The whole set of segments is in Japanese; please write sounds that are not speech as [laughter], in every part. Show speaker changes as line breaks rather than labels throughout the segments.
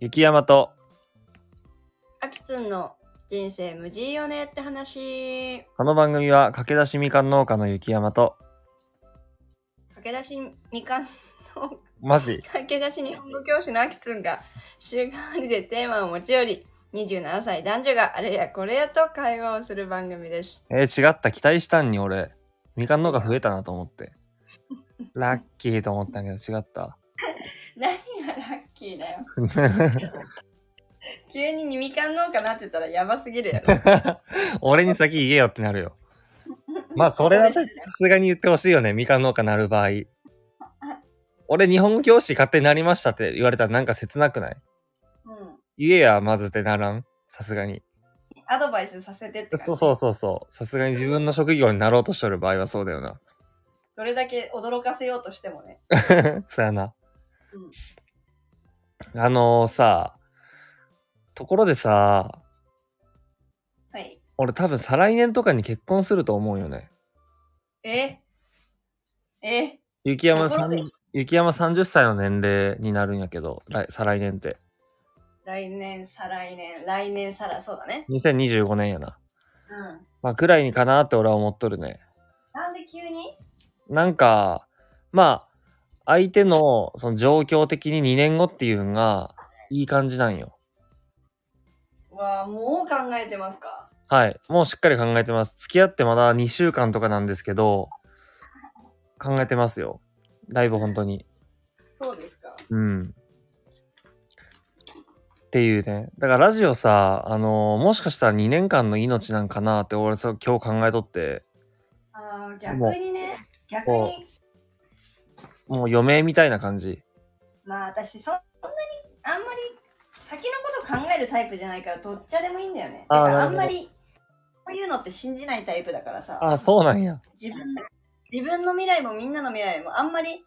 雪山と
あきつんの人生無事よねって話。
この番組は駆け出しみかん農家の雪山と
駆け出しみかんの
マジ
駆け出し日本語教師のあきつんが週替わりでテーマを持ち寄り、27歳男女があれやこれやと会話をする番組です。
えー、違った期待したんに俺みかん農家増えたなと思ってラッキーと思ったんやけど違った [laughs]
何がラッキーだよ。急にみかん農家なってたらやばすぎるや [laughs] ろ。
俺に先言えよってなるよまあそれは
そ
さ
うですね
すがに言ってほしいよねみかん農家なる場合俺日本語教師勝手になりましたって言われたらなんか切なくない
うん。
言えやまずってならんさすがに
アドバイスさせてって感じ
そうそうそうそうさすがに自分の職業になろうとしとる場合はそうだよな
どれだけ驚かせようとしてもね。
[laughs] そやなあのーさところでさ
はい。
俺多分再来年とかに結婚すると思うよね
ええ
雪山さ
ところ
ん雪山30歳の年齢になるんやけど来再来年って
来年、再来年、来年、再来、そうだね。
2025年やな
うん。
まあくらいにかなって俺は思っとるね
なんで急に
なんかまあ相手のその状況的に2年後っていうのがいい感じなんよ
わあ、もう考えてますか
はい。もうしっかり考えてます。付き合ってまだ2週間とかなんですけど、考えてますよ。だいぶ本当に。
そうですか。
うん。っていうね。だからラジオさ、あのーもしかしたら2年間の命なんかなって俺そう今日考えとって、
ああ、
もう
逆にね、逆
も
に、
もう余命みたいな感じ。
まあ私、そんなに、あんまり先のこと考えるタイプじゃないから、どっちでもいいんだよね。
あー
だから
なるほ
あん
ど
まり、こういうのって信じないタイプだからさ、
あ、そうなんや。
自分自分の未来もみんなの未来も、あんまり、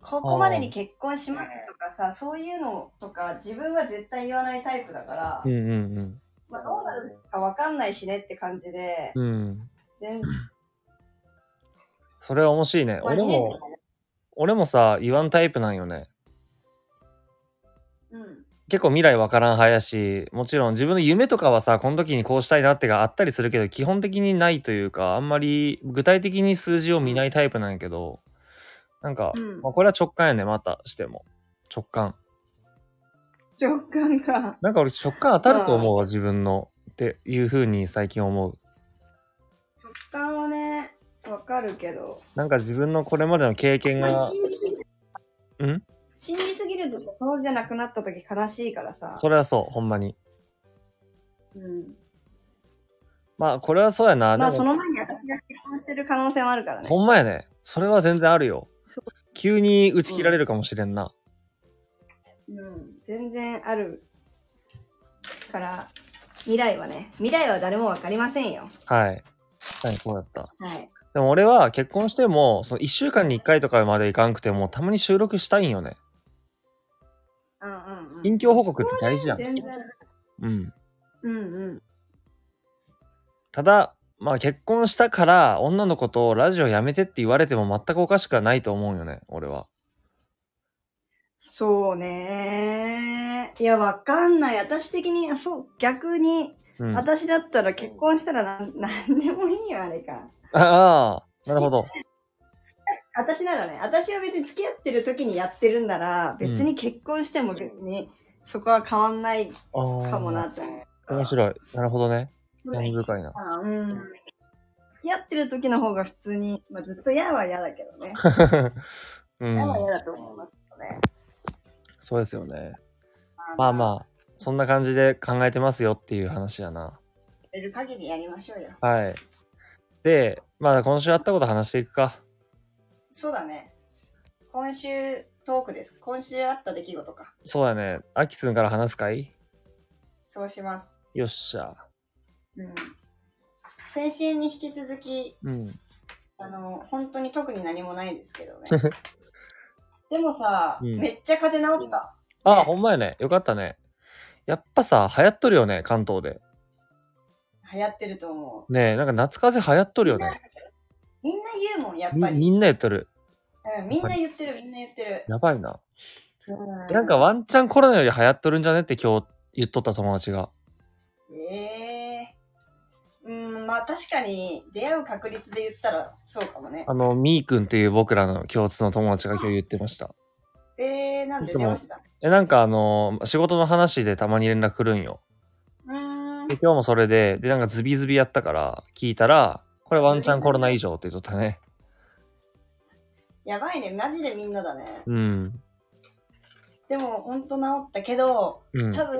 ここまでに結婚しますとかさ、そういうのとか、自分は絶対言わないタイプだから、
うんうん
まあ、どうなるかわかんないしねって感じで、
うん。うん。
全
それは面白いね。俺
まあ
も、俺もさ、言わんタイプなんよね。
うん。
結構未来わからん派やしもちろん自分の夢とかはさこの時にこうしたいなってがあったりするけど基本的にないというかあんまり具体的に数字を見ないタイプなんやけどなんか、
うん
まあ、これは直感やねまたしても直感
直感が。
なんか俺直感当たると思うわ自分のっていう風に最近思う
直感はね、わかるけど。
なんか自分のこれまでの経験が
信じすぎ
ん
信じすぎるとさそうじゃなくなった時悲しいからさ。
それはそうほんまに
うん。
まあこれはそうやな
まあ
でも
その前に私が結婚してる可能性もあるからね。
ほんまやねそれは全然あるよ
そ
急に打ち切られるかもしれんな、
うん。全然あるから、未来はね、未来は誰もわかりませんよ。
はい確かにそうやった
はい。
でも俺は結婚しても、その1週間に1回とかまでいかんくても、たまに収録したいんよね。
うんうんうん。
近況報告って大事やん。
全然。
うん。
うんうん。
ただ、まあ結婚したから、女の子とラジオやめてって言われても全くおかしくはないと思うよね、俺は。
そうねいや、わかんない。私的に、あそう、逆に、
うん。あ
私だったら結婚したらなん [laughs] なんでもいいよあれか
あー、なるほど。
私ならね私は別に付き合ってる時にやってるんなら別に結婚しても別にそこは変わんない
ああ。
かもなって思う
面白い。なるほどね。
そ
興
う
味深い
[laughs]
な。
あうん付き合ってる時の方が普通に、まあ、ずっと嫌は嫌だけどね
う
嫌は
ん。
嫌だと思いますけどね、
そうですよね。まあ
あ
まあ、そんな感じで考えてますよっていう話やな。
やれる限りやりましょうよ
はい。で、まあ今週あったこと話していくか。
そうだね今週トークです今週あった出来事か
そうやね。アキツンから話すかい
そうします
よっしゃ。
うん先週に引き続き
うん。
あの、本当に特に何もないですけ
[laughs]
どね。でもさ、
うん
めっちゃ風邪治った。
あ、
ね
ほんまやね。よかったね。やっぱさ、流行っとるよね、関東で。
流行ってると思う。
ねえ、なんか夏風邪流行っとるよね。
みんな言うもん、やっ
み
ぱり。
みんなやっとる。
うん、みんな言ってる、みんな言ってる。
やばいな。
う
なんかワンチャンコロナより流行っとるんじゃねって今日言っとった友達が。
ええうん、まあ確かに出会う確率で言ったらそうかもね。
あの、みーくんっていう僕らの共通の友達が今日言ってました。
えー、なんで
いつ
出
も
ました
え、なんかあの、仕事の話でたまに連絡来るんよ。
うーん
で、。今日もそれで、で、なんかズビズビやったから聞いたら、これワンチャンコロナ以上って言っとったね。
やばいね。マジでみんなだね。
うん。
でもほんと治ったけど、
うん。
多分、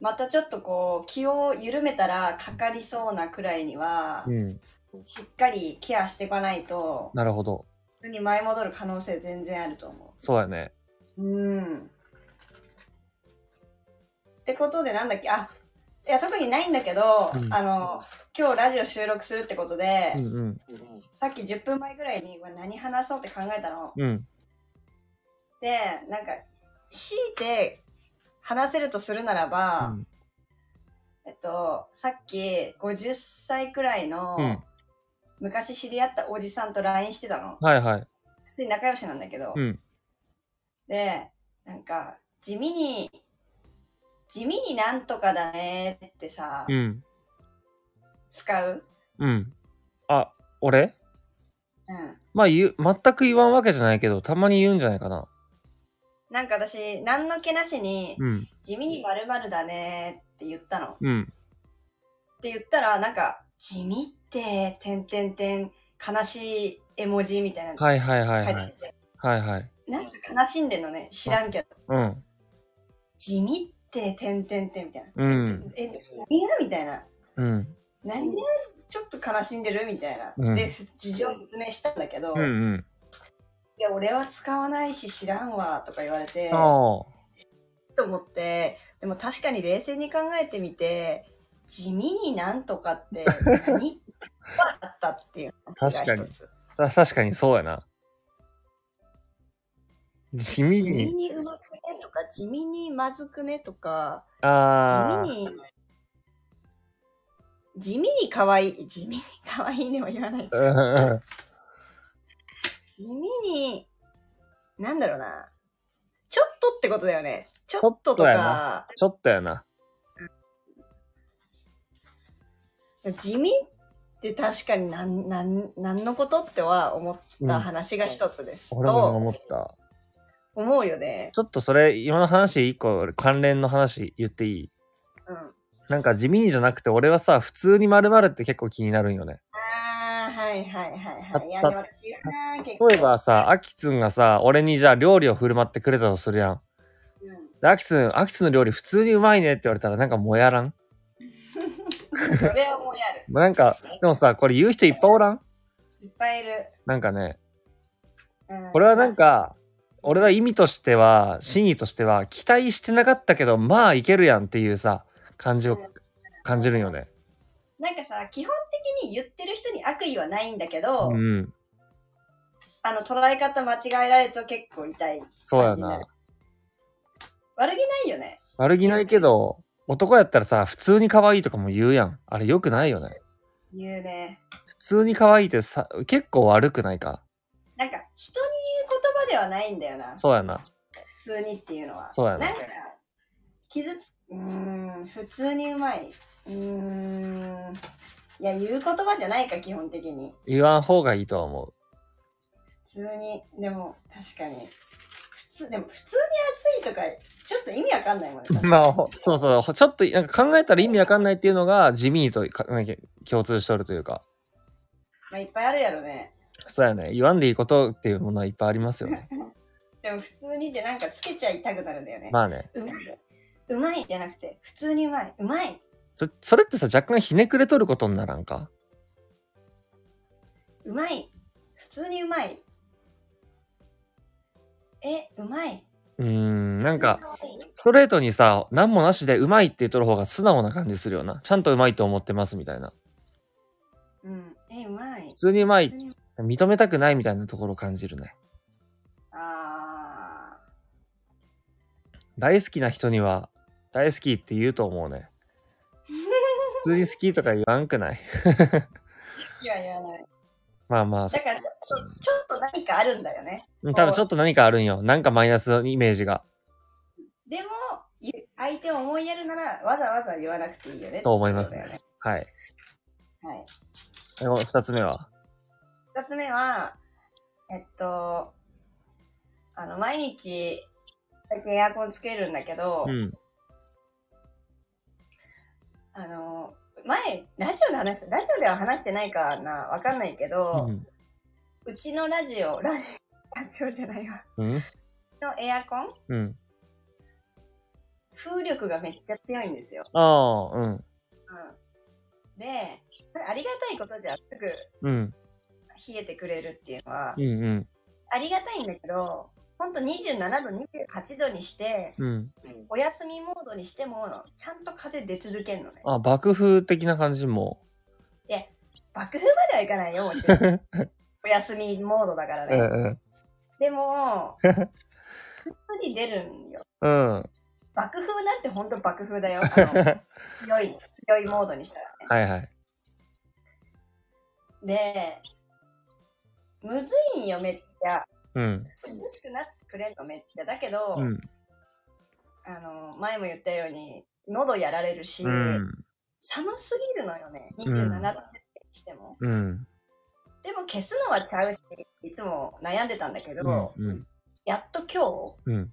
またちょっとこう気を緩めたらかかりそうなくらいには、
うん。
しっかりケアしていかないと、
なるほど。
普通に前戻る可能性全然あると思
そうやね。
う。うん。ってことでなんだっけあいや特にないんだけど、
うん
あの今日ラジオ収録するってことで、
うんうん。
さっき10分前ぐらいにうわ何話そうって考えたの。
うん。
でなんか強いて話せるとするならば、
うん
えっとさっき50歳くらいの、
うん
昔知り合ったおじさんと LINE してたの。
はいはい。
普通に仲良しなんだけど、
うん。
でなんか地味に地味になんとかだねってさ、
うん。
使う、
うん。あ、俺
うん、
まあ言う、全く言わんわけじゃないけど、たまに言うんじゃないかな。
なんか私何の気なしに
うん。
「地味にまるだね」って言ったの。っ
うん。
て言ったらなんか「地味って」てんてんてん悲しい絵文字みたいなの
はいはいはい
書いて
は
あ
い
っ。て
はいはい。
なんか悲しんでんのね知らんけど
うん。
「地味って」てんてんてんみたいな。
うん。
え何がみたいな。
うん。
何がちょっと悲しんでるみたいな。
うん
で事情を説明したんだけど。
うんうん。
いや俺は使わないし知らんわとか言われて
ああ。
と思ってでも確かに冷静に考えてみて地味になんとかって
[laughs]
何だったっていう話
確
が
か
一
に
つ
た確かにそうやな。地味
地味
に。
にうまくねとか地味にまずくねとか地
ああ
味。に地味に可愛い地味に可愛いねは言わないし
うんうん
地味になんだろうなちょっとってことだよねちょっ
ち
とと
ょっとや
か
なちょっとやな。
地味って確かになんなんなんのことっては思った話が一つです、
俺も
と
思った。
思うよね。
ちょっとそれ、今の話、一個俺関連の話言っていい
うん、あ
なんか地味にじゃなくて、俺はさ、普通に〇〇って結構気になるんよね。
あーはいはいはいはい。いや
た
でも私言うな結構。
例えばさ、アキツンがさ、俺にじゃあ料理を振る舞ってくれたとするやん。
う
で、アキツン、アキツンの料理普通にうまいねって言われたらなんかもやらん
ん、それはもうやる。
なんか、でもさ、これ言う人いっぱいおらん
いっぱいいる。
なんかね、
うん、
これはなんか、俺は意味としては、真意としては、期待してなかったけど、まあいけるやんっていうさ、感じを感じるんよね。
なんかさ基本的に言ってる人に悪意はないんだけど、
うん。
あの捉え方間違えられると結構痛い。
そうや
感じ
な
る。。悪気ないよね。
悪気ないけど、男やったらさ、普通に可愛いとかも言うやん。あれ良くないよね。
言うね。
普通に可愛いってさ、結構悪くないか。
なんか人に言う言葉ではないんだよな。
そうやな。
普通にっていうのは。
そうやな
なんか、傷つ、うーん、普通にうまい。うーん。いや、言う言葉じゃないか、基本的に。
言わん方がいいとは思う。
普通に。でも、確かに。普通、でも、普通に暑いとか、ちょっと意味わかんないもんね。確かに
まあ、ほそうそう、ちょっとなんか考えたら意味わかんないっていうのが地味にとかなんか共通しとるというか、
まあ、いっぱいあるやろね。
そうやね、言わんでいいことっていうものはいっぱいありますよ [laughs] ね。
でも、普通にってなんかつけちゃいたくなるんだよね。
まあね、
うまい。うまいじゃなくて、普通にうまい。うまい。
そそれってさ、若干ひねくれとることにならんか
うまい。普通にうまい。え、うまい。
うーん、なんか、
普通にうまい
ストレートにさ、何もなしでうまいって言っとる方が素直な感じするよな。ちゃんとうまいと思ってますみたいな。
うん。え、うまい
普。通にうま
普
い
通、に
認めたくないみたいなところを感じるね。
あ
大好きな人には、大好きって言うと思うね。普通に好きとか言わんくない [laughs]
あ。いや、言わない。
まあ
[laughs]
まあ、
だからちょっと、ちょっと何かあるんだよね。
うん多分ちょっと何かあるんよ。なんかマイナスのイメージが。
でも、ゆ相手を思いやるなら、わざわざ言わなくていいよね。
と思います
そう
ね
だよね。
はい。
はい。
えお二つ目は。
二つ目は、えっと、あの、毎日、最近エアコンつけるんだけど、
うん。
あの、前、ラジオで話した、ラジオでは話してないかな、わかんないけど、うちのラジオ、ラジオ、ラジオじゃないわ。
うん。うん
のエアコン、
うん。
風力がめっちゃ強いんですよ。
ああ、うん。
うん。で、これありがたいことじゃん、すぐ
うん。
冷えてくれるっていうのは、
うん。うん。
ありがたいんだけど、ほんと27度、28度にして、
うん。
お休みモードにしても、ちゃんと風出続けるのね。
あ、爆風的な感じも。
爆風まではいかないよ、もちろん。お休みモードだから
うん
ね。
うん。
でも、ふっくり出るんよ。
うん。
爆風なんてほんと爆風だよ。あの
[laughs]
強い、強いモードにしたらね。
はいはい。
で、むずいんよ、めっちゃ。
うん。
涼しくなってくれんの、めっちゃ。だけど、
うん。
あの、前も言ったように、喉やられるし、
うん。
寒すぎるのよね、
うん
27度にしても。
うん。
でも消すのはちゃうし、いつも悩んでたんだけど、
うん。
やっと今
う
日、
ん。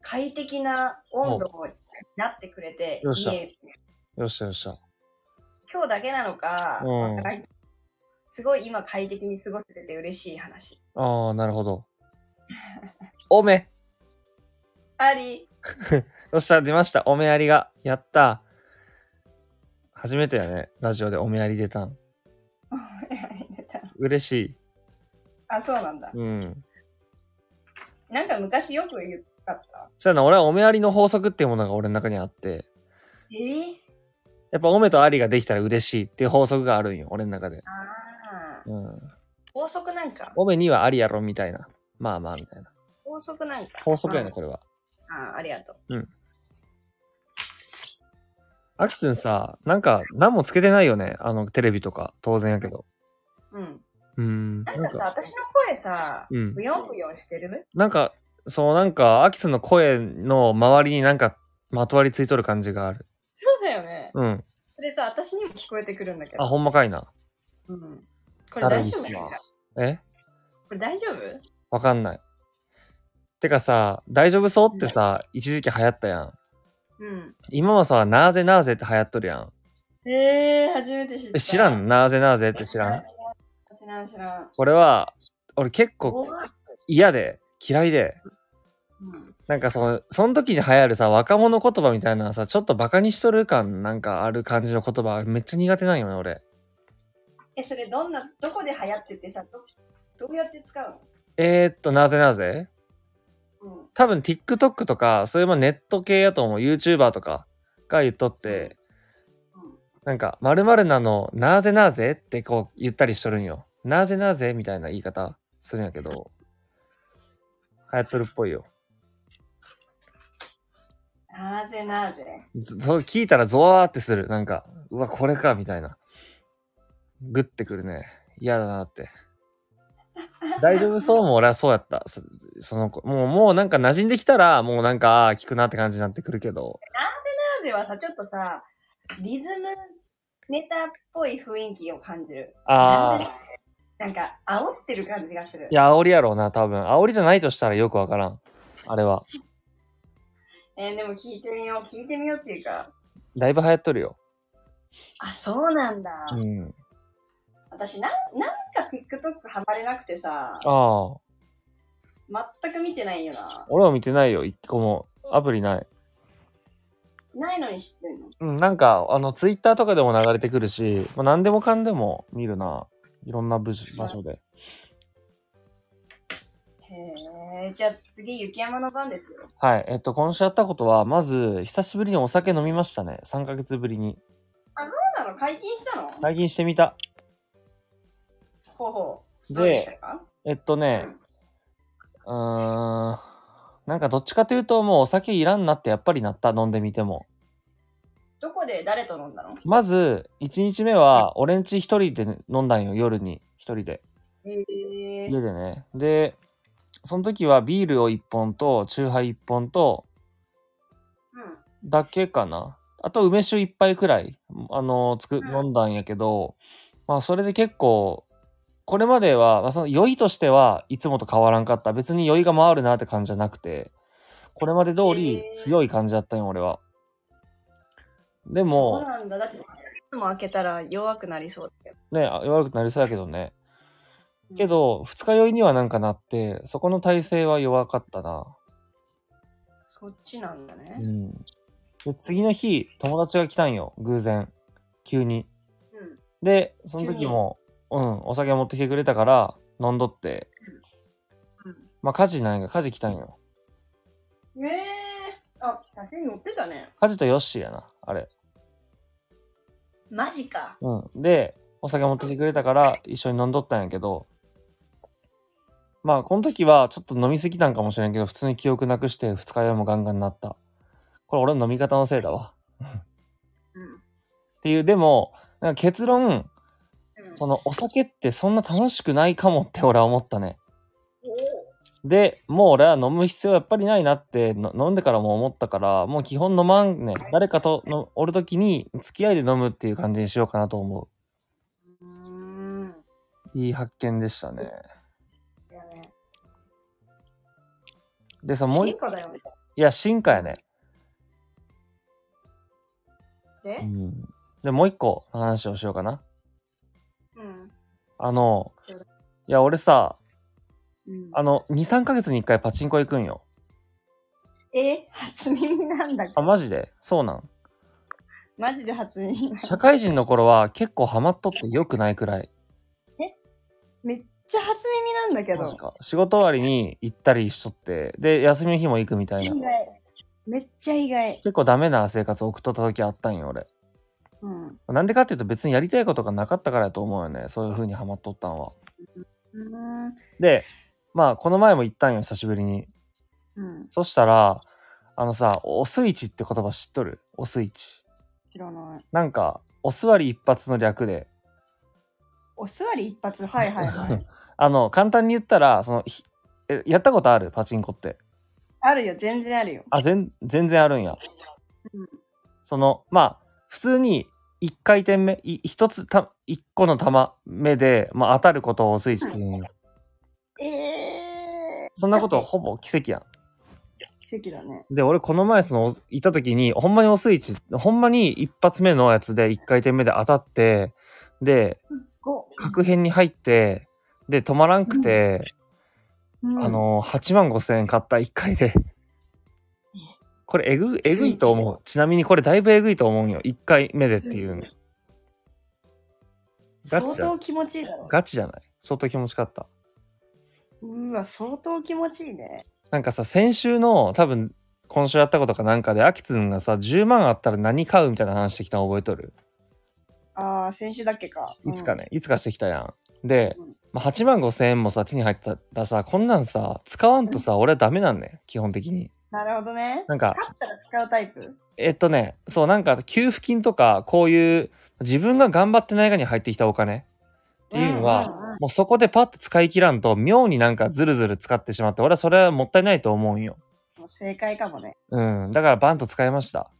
快適な温度になってくれて、
よっしゃ
家
よっしゃよっしゃ。
今日だけなのか、
うん
わからんすごい今快適に過ごせてて嬉しい話。
ああ、なるほど。おめ。
あり、 [laughs]
よっしゃ、出ました。おめありが。やった。初めてだね。ラジオでおめあり出たん。嬉しい。
あ、そうなんだ。
うん。
なんか昔よく言ったった。
そうやな、俺はおめありの法則っていうものが俺の中にあって、
ええ
やっぱおめとありができたら嬉しいっていう法則があるんよ、俺の中で。
ああ、
うん。
法則なんか。
おめにはありやろ、みたいな。まあまあ、みたいな。
法則なんか。
法則やね、これは。
ああありがとう。
あきつんさ、なんか、何もつけてないよね。あの、テレビとか、当然やけど。
うん。
うーん。
なんかさ、、私の声さ、
うん
ブ。ヨンブヨンしてる
なんか、そう、なんか、アキスの声の周りになんか、まとわりついとる感じがある。
そうだよね。
うん。
それさ、私にも聞こえてくるんだけ
あ、
ど。
ほんまかいな。
うん、これ大丈夫
な
で
るんで
す
す
か
え
これ大丈夫
わかんない。てかさ、大丈夫そうってさ、一時期流行ったやん。
うん。
今もさ、なーぜなーぜって流行っとるやん。
えー、初めて知っ
え
た。
知らんなーぜなーぜって知らん。
知らん、知らん。
これは、俺結構
怖い
嫌で、嫌いで、
うん
なんかその、その時に流行るさ、若者言葉みたいなさ、ちょっとバカにしとる感なんかある感じの言葉、めっちゃ苦手なんよね、俺。
え、それどんな、どこで流行っててさ、どどうやって使う
えー、っと、なーぜなーぜ
のうん。
多分 TikTok とかそういうまあネット系やと思う YouTuber とかが言っとって
うん
なんか「まるなのなぜなぜ?」ってこう言ったりしとるんよ。なぜなぜみたいな言い方するんやけど流行っとるっぽいよ。
なぜなぜ
ずそう聞いたらゾワーってするなんかうわこれかみたいなグッてくるね嫌だな
[laughs]
って。大丈夫そうも俺はそうやったそその子もうもうなんか馴染んできたらもうなんかあー聞くなって感じになってくるけど
なぜはさ、ちょっとさ、リズムネタっぽい雰囲気を感じる。
ああ
なぜなんか、煽ってる感じがする
い。や、煽りやろうな、多分。煽りじゃないとしたらよくわからん。あれは。
えーでも聞いてみよう、聞いてみようっていうか、
だいぶ流行っとるよ。
あ、そうなんだ。
うん。
私なん、なんか TikTok ハマれなくてさ、
ああ。
全く見てないよな。
俺は見てないよ、一個も。アプリない。
ないのに知ってんの
うん、なんか、あの、ツイッターとかでも流れてくるし、まあ、何でもかんでも見るな。いろんな部場所で。
へえ、じゃあ次、雪山の番ですよ。
はい。えっと、今週やったことは、まず、久しぶりにお酒飲みましたね。3ヶ月ぶりに。
そうなの解禁したの
最近してみた。
ほうほう。
で
どうでしたか
えっとね、うーん、なんかどっちかというと、もうお酒いらんなってやっぱりなった、飲んでみても。
どこで誰と飲んだの
まず1日目は俺んち一人で飲んだんよ夜に一一人で
えー
家でねでその時はビールを1本とチューハイ1本と
うん。
だけかなあと梅酒1杯くらいあのつく
うん
飲んだんやけどまあそれで結構これまでは、まあ、その酔いとしてはいつもと変わらんかった別に酔いが回るなって感じじゃなくてこれまで通り
へー
強い感じだったんよ俺はで
そう
も
なんだ。だって、いつも開けたら弱くなりそうだよ。
ねあ悪くなりそうやけどね
うん
け、ど二日酔いにはなんかなってそこの体勢は弱かったな
そっちなんだね
う。んで次の日友達が来たんよ偶然急に
うん。
でその時も、うん、お酒持ってきてくれたから飲んどって
う
まあ家事なんやが家事来たんよ
ん、えー、あ、写真載ってたね。
家事とヨッシーやなあれ
マジか。
うんでお酒持ってきてくれたから一緒に飲んどったんやけどまあこの時はちょっと飲みすぎたんかもしれんけど普通に記憶なくして二日酔いもガンガンなったこれ俺の飲み方のせいだわ
うん。
っていうでもなんか結論
うん、
そのお酒ってそんな楽しくないかもって俺は思ったね
お
でもう俺は飲む必要やっぱりないなっての飲んでからも思ったからもう基本飲まんね誰かとのおる時に付き合いで飲むっていう感じにしようかなと思
うーん。
ういい発見でしたね
だよね。
でさもうい
進化だよね。
いや進化やね、
で
う、ん、でもう一個の話をしようかな
うん。
あの
そうだ
いや俺さ
うん、
あの23ヶ月に1回パチンコ行くんよ
えー、初耳なんだけ
あ
ど。
マジでそうなん
マジで初耳。
社会人の頃は結構ハマっとって良くないくらい
めっちゃ初耳なんだけ
マ
ど
ジ。か仕事終わりに行ったりしとってで休みの日も行くみたいな
意外。めっちゃ意外。
結構ダメな生活を送っとった時あったんよ俺
うん。
なんでかっていうと別にやりたいことがなかったからやと思うよねそういう風にハマっとったんは
うん。
でまあこの前も行ったんよ久しぶりに
うん。
そしたらあのさおスイッチって言葉知っとるおスイッチ
知らない。
なんかお座り一発の略で
お座り一発。はいはいはい。
あの簡単に言ったらそのひえやったことあるパチンコって
[laughs] あるよ、全然あるよ。
あ全全然あるんや
うん。
そのまあ普通に1回転目い一つた一個の球目で、まあ、当たることをスイッチって言うんよ
ええ
そんなことほぼ奇跡やん。
ー、奇跡だね。
で、俺この前その、いた時に、ほんまにおスイッチ、ほんまに一発目のやつで一回転目で当たって、で、
ご、
角辺に入って、で、止まらんくて、
うん
あ、のー、8万5千円買った一回
[laughs]
で。これえぐ、えぐいと思う。ちなみにこれだいぶえぐいと思うんよ。一回目でっていうの。ガチ
相当気持ちいいだろ。
ガチじゃない相当気持ちかった。
うわ、相当気持ちいいね。
なんかさ、先週の、多分、今週やったことかなんかで、アキツンがさ、10万あったら何買うみたいな話してきたの覚えとる
ああ、先週だっけか。
いつかね、いつかしてきたやん。で
うん、
まあ、8万5千円もさ手に入ったらさこんなんさ使わんとさ俺はダメなんね基本的に。
うん。なるほどね。
なんか
あったら使うタイプ。
えっとねそうなんか給付金とかこういう自分が頑張ってない間に入ってきたお金っていうのは、
んうんうん
もうそこでパッと使い切らんと妙になんかズルズル使ってしまって俺はそれはもったいないと思うんよ。
もう正解かもね。
うんだからバンと使いました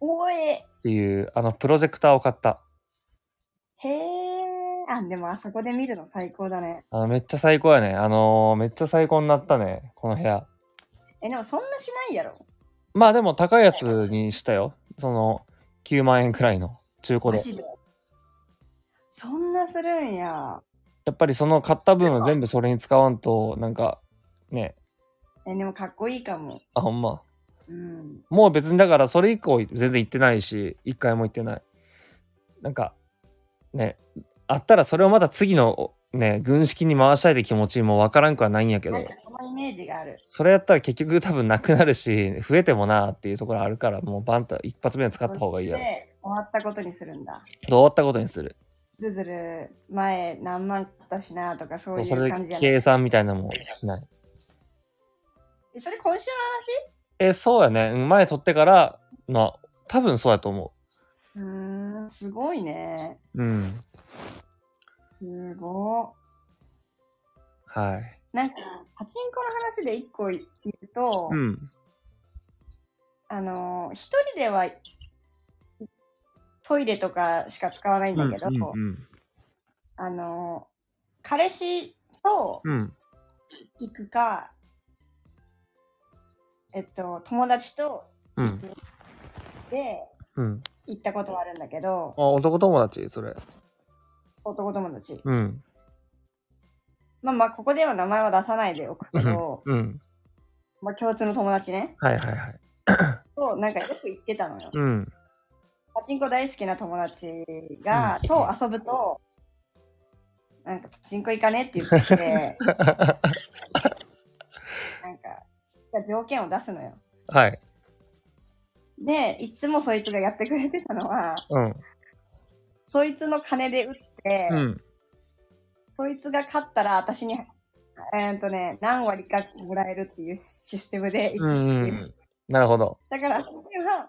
おえ
っていうあのプロジェクターを買った。
へえ。あ、でもあそこで見るの最高だね。
あのめっちゃ最高やね。あのーめっちゃ最高になったねこの部屋。
え、でもそんなしないやろ。
まあでも高いやつにしたよ。その9万円くらいの中古
マ
で。
ジで。そんなするんや。
やっぱりその買った分は全部それに使わんと、なんかね、
え、でもかっこいいかも。
あ、ほんま。
うん。
もう別にだからそれ以降全然行ってないし、一回も行ってない。なんかね、あったらそれをまた次のね、軍資金に回したいって気持ちもわからんくはないんやけ
なん
ど
か、そのイメージがある。
それやったら結局多分なくなるし、増えてもなーっていうところあるから、もうバンと一発目に使った方がいいやろ。
で、終わったことにするんだ。
どう終わったことにする。
ずるずる前何万買ったしなとかそうい
そうれ
感
で
じじゃない
計算みたいなのもしない。
えそれ今週
え、そうやね。うん前取ってから、まあ、多分そうやと思
の話うーんすごいね
う。うん。
すごっ。
はい。
なんか、パチンコの話で一個言うと、
うん。
あのー、一人ではトイレとかしか使わないんだけど、
うん。
あのー、彼氏と
うん。
行くか、えっと、友達と
うん。
で
うん。
行ったことはあるんだけど、
あ、男友達それ。
男友達。
うん。
まあまあ、ここでは名前は出さないでおくけど、
うん。
まあ共通の友達ね、
はいはいはい。
となんかよく行ってたのよ。
うん。 [laughs]
パチンコ大好きな友達が、
うん
と遊ぶと、なんかパチンコ行かねって言って
[laughs]
きて、なんか、条件を出すのよ。
はい。
で、いつもそいつがやってくれてたのは、
うん。
そいつの金で打って、
うん。
そいつが勝ったら私に、えーっとね、何割かもらえるっていうシステムで、
うんうん。なるほど。
だから私は、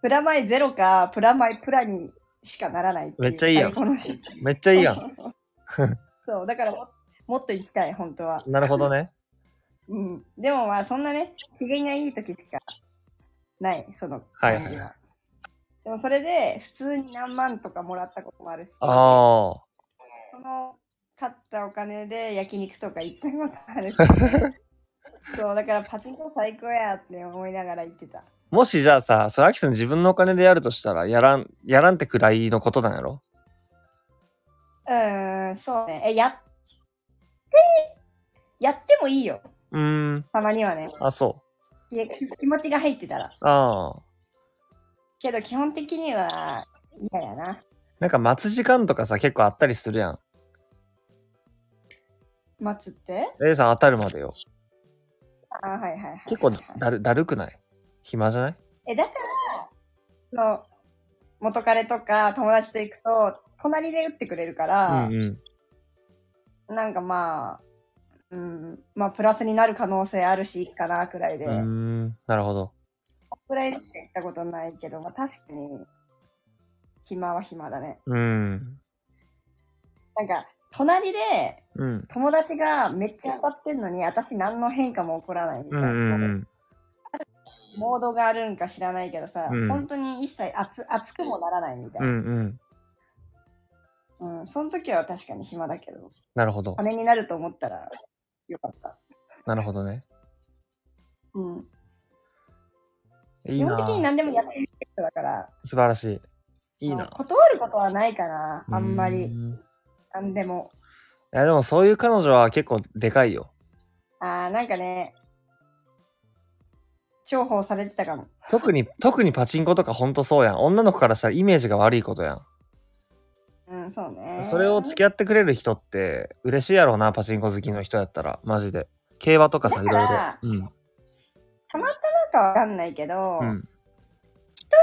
プラマイゼロか、プラマイプラにしかならないっていう。
めっちゃいいやん
このシステム
めっちゃいいやん。
そう、だからももっと行きたい、本当は。
[laughs] なるほどね。
うん。でもまあ、そんなね、機嫌がいい時しかない、その
はい
感じは。でもそれで、普通に何万とかもらったこともあるし、そ
ああ。
の、買ったお金で焼肉とか行ったことあ
[laughs]
るし。そう、だからパチンコ最高やって思いながら行ってた。
もしじゃあさ、それアキさん自分のお金でやるとしたら、やらん、やらんってくらいのことなんやろ
うーん、そうね。え、やって、やってもいいよ。
うーん。
たまにはね。
あ、そ
いやき気持ちが入ってたら。
う。ああ。
けど基本的には嫌やな。
なんか待つ時間とかさ、結構あったりするやん。
待つって
A さん当たるまでよ。
あはいはいはい。
結構だる、だるくない暇じゃない
え、だから、その、元彼とか友達と行くと、隣で打ってくれるから
う、んうん。
なんかまあ、うん、まあプラスになる可能性あるし、いいかな、くらいで。
うーん。なるほど。
くらいでしか行ったことないけど、まあ確かに、暇は暇だね。
うん。
なんか、隣で
うん。
友達がめっちゃ当たってんのに、私何の変化も起こらないみた
うん
いな。
うんうん。
モードがあるんか知らないけどさ、
うん
本当に一切熱熱くもならないみた
うん
い
うん。
な。うん、その時は確かに暇だけど、
なるほど。
金になると思ったらよかった。
なるほどね。
うん。
い
基
いな
本的に何でもやってる人だから、
素晴らしい。いい
まあ
な。
断ることはないかな、あんま
う
り。
んい
何でも。
や、でもそういう彼女は結構でかいよ。
あー、なんかね、重宝されてたかも。
特
[laughs]
に、特にパチンコとかほんとそうやん。女の子からしたらイメージが悪いことやん。
うん、そうね。
それを付き合ってくれる人って嬉しいやろうな、パチンコ好きの人やったら。マジで。競馬とかさ、い
だか
ろいろ
ら。
うん。
なんかわかんないけど、一、
うん。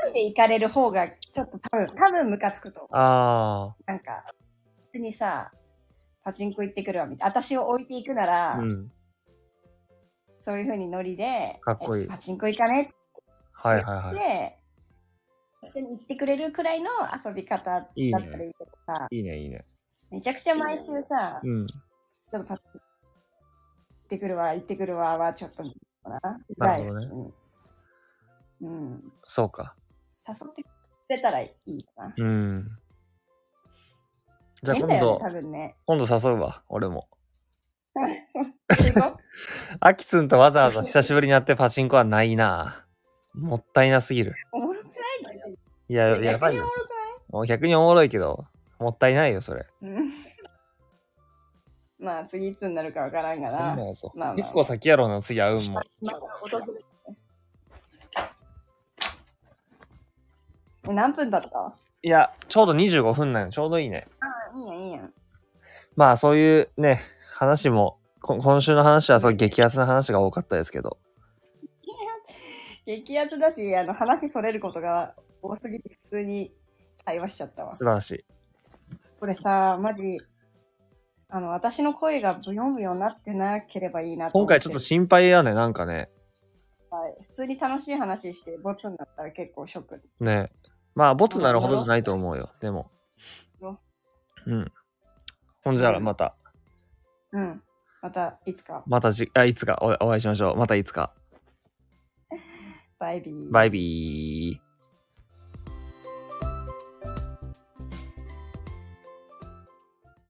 人で行かれる方が、ちょっと多分、多分ムカつくと思う
あ
なんか、別にさ、パチンコ行ってくるわ、みたいな。私を置いていくなら、
あ。うん。
そういう風にノリで、
かっこいい
えパチンコ行かね
はいはいは
って、一緒に行ってくれるくらいの遊び方だったらい
い
い
いね
けどさ、
い。いいね、いいね。
めちゃくちゃ毎週さ、ち
うん。
ょっとパチンコ行ってくるわ、行ってくるわは、ちょっと、な、う
な
ざ
る
い
ほどね。
うん。うん。誘
そうか。
ってくれたらいいかな。
うん。じゃあ
変
今
だ
度、、
よね多分ね。
今度誘うわ、俺も。
すごい
アキツンとわざわざ久しぶりに会ってパチンコはないな。もったいなすぎる。
おもろくない
いや、 [laughs] やばい
逆にお
よ
も。ろくない
もう逆におもろいけど、もったいないよ、それ。
うん [laughs] まあ次いつになるかわからんが
そんなん
な。
やぞ
まあまあ
一個先やろうな、次会うんも。
まあ訪れるえ何分だったあ
いや、ちょうど25分なんよちょうどいいね。
いいやんいいやん。
まあ、そういうね、話も、こ今週の話はそう激安な話が多かったですけど。
激アツだし、あの話それることが多すぎて普通に会話しちゃったわ。
素晴らしい。
これさ、マジ、あの私の声がブヨンブヨンなってなければいいなと思
今
っ
回
て。
ちょっと心配やね、なんかね。
はい普通に楽しい話してボツになったら結構ショック。
ねまあ、ボツなるほどじゃないと思うよ、でも
よ。
うん。ほんじゃらまた、
うん。またいつか。
またじ、あ、いつかおお会いしましょう。またいつか。
バイビー。
バイビー。